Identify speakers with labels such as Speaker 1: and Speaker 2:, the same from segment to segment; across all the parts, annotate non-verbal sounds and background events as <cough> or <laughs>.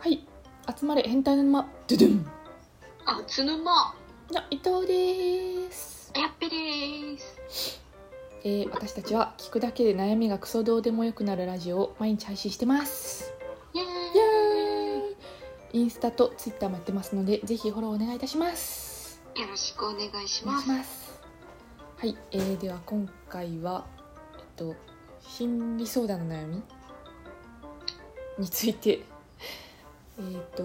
Speaker 1: はい集まれ変態の沼ドゥドゥン
Speaker 2: あ、つぬま。
Speaker 1: の伊藤です、
Speaker 2: やっぺでーす。
Speaker 1: えー、私たちは聞くだけで悩みがクソどうでもよくなるラジオを毎日配信してます
Speaker 2: イエー
Speaker 1: イエーイインスタとツイッターもやってますのでぜひフォローお願いいたします
Speaker 2: イ。よろしくお願いし
Speaker 1: お願
Speaker 2: ま
Speaker 1: いし
Speaker 2: す。
Speaker 1: ますはい、えー、では今回はえっと心理相談の悩みについてえー、っと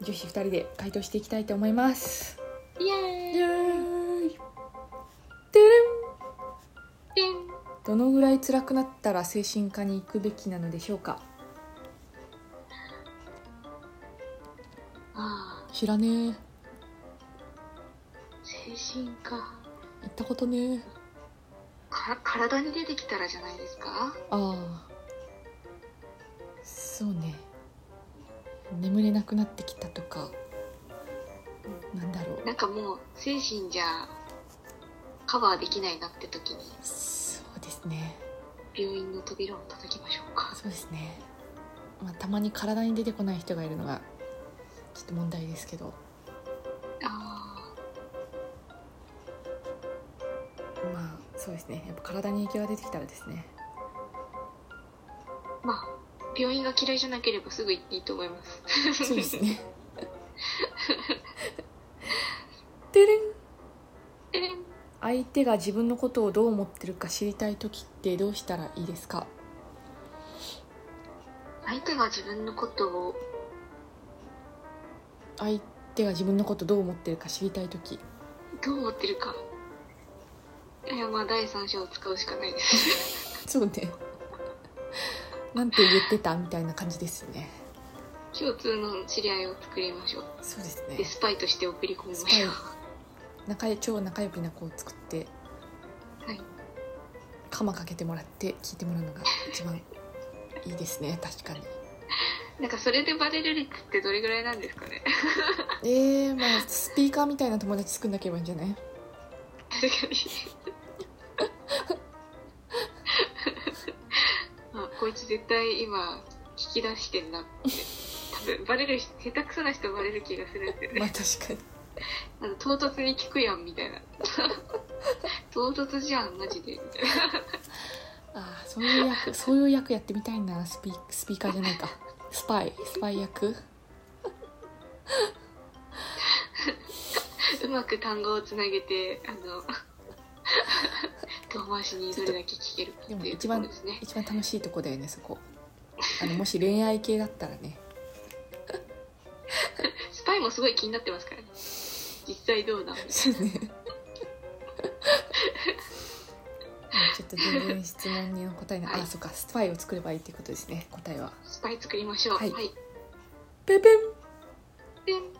Speaker 1: 女子2人で回答していきたいと思います
Speaker 2: イ
Speaker 1: イ
Speaker 2: エーイ。
Speaker 1: エーイてれん
Speaker 2: ピン
Speaker 1: どのぐらい辛くなったら精神科に行くべきなのでしょうか
Speaker 2: あ
Speaker 1: 知らねえ行
Speaker 2: ー、精神科。
Speaker 1: ったことねえ
Speaker 2: か、体に出てきたらじゃないですか。
Speaker 1: ああそうね眠れなくなってきたとかなんだろう
Speaker 2: なんかもう、精神じゃ。カバーできないなって時に、
Speaker 1: そうですね
Speaker 2: 病院の扉を叩きましょうか。
Speaker 1: そうですね、まあ、たまに体に出てこない人がいるのがちょっと問題ですけど
Speaker 2: あ
Speaker 1: まあそうですねやっぱ体に影響が出てきたらですね
Speaker 2: ー、まあ。病院が嫌いじゃなければすぐ行っていいと思います。
Speaker 1: そうです <laughs> ねてれん
Speaker 2: <laughs> えー
Speaker 1: 相手が自分のことをどう思ってるか知りたい時ってどうしたらいいですか
Speaker 2: 相手が自分のことを、
Speaker 1: 相手が自分のことどう思ってるか知りたい時
Speaker 2: どう思ってるか。いや、まあ、第三者を使うしかないです。
Speaker 1: そうねなんて言ってたみたいな感じですよね
Speaker 2: 共通の知り合いを作りましょう
Speaker 1: そうです
Speaker 2: で
Speaker 1: ね
Speaker 2: スパイとして送り込みま
Speaker 1: ス
Speaker 2: し
Speaker 1: パ
Speaker 2: ょう
Speaker 1: イ仲良い超仲良きな子を作って
Speaker 2: はい
Speaker 1: カマかけてもらって聞いてもらうのが一番いいですね確かに
Speaker 2: <laughs> なんかそれでバレる率ってどれぐらいなんですかね
Speaker 1: えー、まあスピーカーみたいな友達作んなければいいんじゃ <laughs> ない
Speaker 2: 確かに <laughs> あこいつ絶対今聞き出してんなって多分バレる人下手くそな人バレる気がするんで
Speaker 1: まあ
Speaker 2: ね
Speaker 1: 確かに
Speaker 2: あの唐突に聞くやんみたいな <laughs> 唐突じゃんマジでみたいな
Speaker 1: ああそういう役そういう役やってみたいなスピスピーカーじゃないかスパイスパイ役
Speaker 2: うまく単語をつなげてあの遠回しにどれだけ聞けるかっていうところですね
Speaker 1: 一番楽しいとこだよねそこあのもし恋愛系だったらね
Speaker 2: スパイもすごい気になってますからね。実際どうなの
Speaker 1: そう <laughs> ねちょっと全然質問にの答えない、
Speaker 2: はい
Speaker 1: あそっかスパイを作ればいいってことですね答えは
Speaker 2: スパイ作りましょう。
Speaker 1: は
Speaker 2: はいい。
Speaker 1: ペペン
Speaker 2: で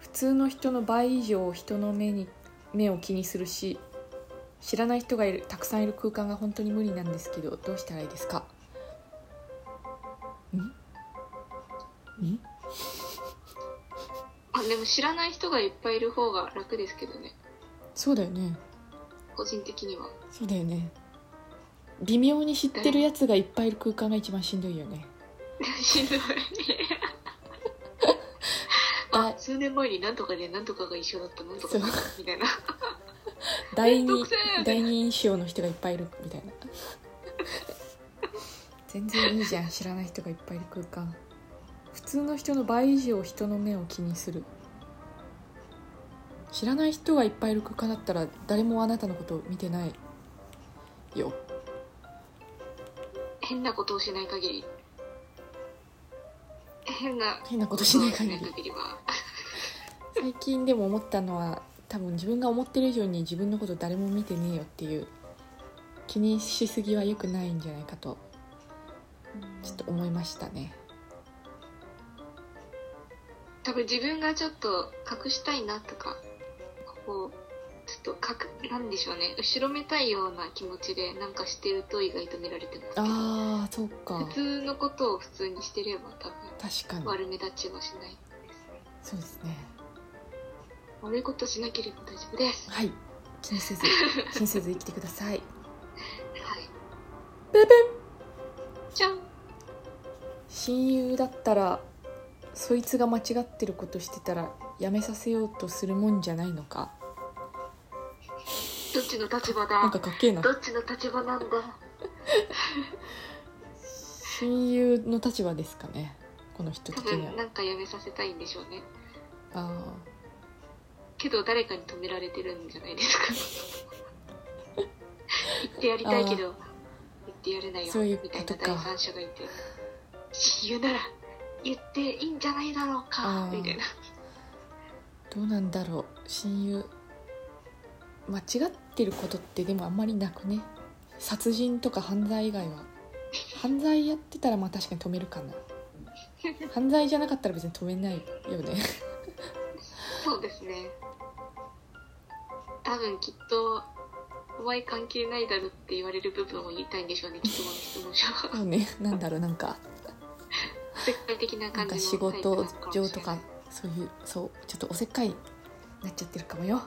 Speaker 1: 普通の人の倍以上人の目に目を気にするし知らない人がいるたくさんいる空間が本当に無理なんですけどどうしたらいいですかんん
Speaker 2: あでも知らない人がいっぱいいる方が楽ですけどね。
Speaker 1: そうだよね
Speaker 2: 個人的には。 <laughs>
Speaker 1: そうだよね微妙に知ってるやつがいっぱいいる空間が一番しんどいよね
Speaker 2: し
Speaker 1: <laughs>
Speaker 2: んどい。
Speaker 1: だ
Speaker 2: あ、数年前になんとかでなんとかが一緒だったなんとかだったみたいな。
Speaker 1: 第
Speaker 2: めん
Speaker 1: 二
Speaker 2: どくせえ
Speaker 1: 第二印象の人がいっぱいいるみたいな <laughs> 全然いいじゃん知らない人がいっぱいいる空間普通の人の倍以上人の目を気にする知らない人がいっぱいいる空間だったら誰もあなたのことを見てないよ
Speaker 2: 変なことをしない限り。変な
Speaker 1: 変なことしない限
Speaker 2: こ
Speaker 1: り
Speaker 2: とをし限りは。
Speaker 1: 最近でも思ったのは多分自分が思ってる以上に自分のこと誰も見てねえよっていう気にしすぎは良くないんじゃないかとちょっと思いましたね
Speaker 2: 多分自分がちょっと隠したいなとかこうちょっと隠なんでしょうね後ろめたいような気持ちでなんかしてると意外と見られてますけど
Speaker 1: あーそうか
Speaker 2: 普通のことを普通にしてれば多
Speaker 1: 確かに
Speaker 2: 分悪目立ちはしないですね
Speaker 1: そうですね
Speaker 2: 悪いことしなければ大丈夫ですは
Speaker 1: はい気にせず <laughs> 気にせず生きてください
Speaker 2: い
Speaker 1: ブブン
Speaker 2: じゃん
Speaker 1: 親友だったらそいつが間違ってることしてたらやめさせようとするもんじゃないのか
Speaker 2: どっちの立場
Speaker 1: な
Speaker 2: だ
Speaker 1: んかかっけえな
Speaker 2: どっちの立場なんだ
Speaker 1: 親友の立場ですかねこの人
Speaker 2: 多
Speaker 1: 的には
Speaker 2: 分なんかやめさせたいんでしょうね
Speaker 1: あ
Speaker 2: けど誰かに止められてるんじゃないですか
Speaker 1: <laughs>
Speaker 2: 言ってやりたいけど言ってやれないよ
Speaker 1: そういうこ
Speaker 2: みたい
Speaker 1: と
Speaker 2: な
Speaker 1: か
Speaker 2: 第三者がいて親友なら言っていいんじゃないだろう
Speaker 1: あ
Speaker 2: か
Speaker 1: ー
Speaker 2: みたいな
Speaker 1: ーどうなんだろう親友間違ってることってでもあんまりなくね殺人とか犯罪以外は犯罪やってたらまあ確かに止めるかな犯罪じゃなかったら別に止めないよね
Speaker 2: <laughs> そうですね多分きっとお前関係ないだろって言われる部分を言いたいんでしょうねきっとこの質
Speaker 1: <laughs>
Speaker 2: 問者は
Speaker 1: そうねなんだろうなんか
Speaker 2: 世界的な
Speaker 1: なん
Speaker 2: 感じ
Speaker 1: か
Speaker 2: の
Speaker 1: 仕事
Speaker 2: タイプなのもしれ
Speaker 1: 上
Speaker 2: ない
Speaker 1: とかそういうそうちょっとおせっかいになっちゃってるかも
Speaker 2: <laughs>
Speaker 1: よ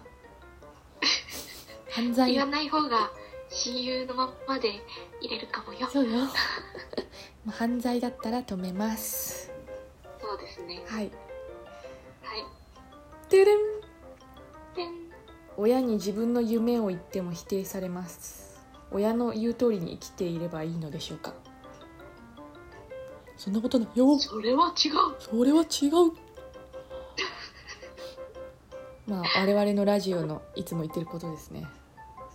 Speaker 1: 犯罪
Speaker 2: 言わない方が親友のまんまで入れるかもよ
Speaker 1: そうよまあ犯罪だったら止めます
Speaker 2: そうですね
Speaker 1: はい
Speaker 2: はい
Speaker 1: てれん
Speaker 2: てん
Speaker 1: 親に自分の夢を言っても否定されます親の言う通りに生きていればいいのでしょうかそんなことないよ
Speaker 2: それは違う
Speaker 1: それは違う <laughs> まあ我々のラジオのいつも言ってることですね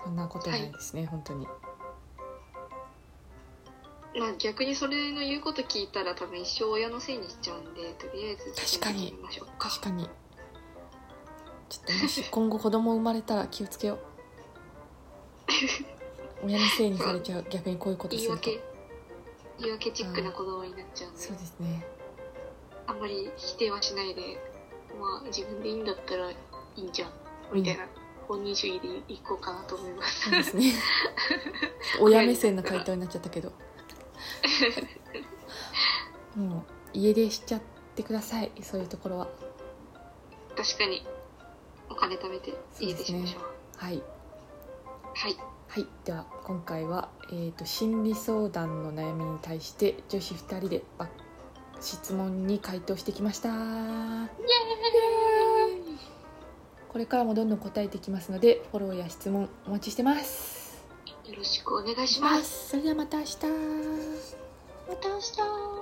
Speaker 1: そんなことないですね、本当に
Speaker 2: まあ逆にそれの言うこと聞いたら多分一生親のせいにしちゃうんでとりあえず
Speaker 1: 確かに
Speaker 2: 決めましょうか
Speaker 1: 確かにちょっともし <laughs> 今後子供生まれたら気をつ <laughs> けよう親のせいにされちゃう逆にこういうこと
Speaker 2: 言
Speaker 1: す
Speaker 2: い
Speaker 1: ると
Speaker 2: 訳言い訳チックな子供になっちゃうんで
Speaker 1: そうですね
Speaker 2: あんまり否定はしないでまあ自分でいいんだったらいいんじゃんみたいな本人主義でいこうかなと思いま
Speaker 1: そ
Speaker 2: す <laughs>
Speaker 1: うですね親目線の回答になっちゃったけ
Speaker 2: <laughs>
Speaker 1: どもう家出しちゃってくださいそういうところは
Speaker 2: 確かにお金貯めて家出しましょう
Speaker 1: はい
Speaker 2: はい
Speaker 1: はい、では今回は、えー、と心理相談の悩みに対して女子2人でば質問に回答してきました
Speaker 2: イエーイ
Speaker 1: これからもどんどん答えていきますのでフォローや質問お待ちしてます
Speaker 2: よろしくお願いします
Speaker 1: それではまた明日
Speaker 2: また明日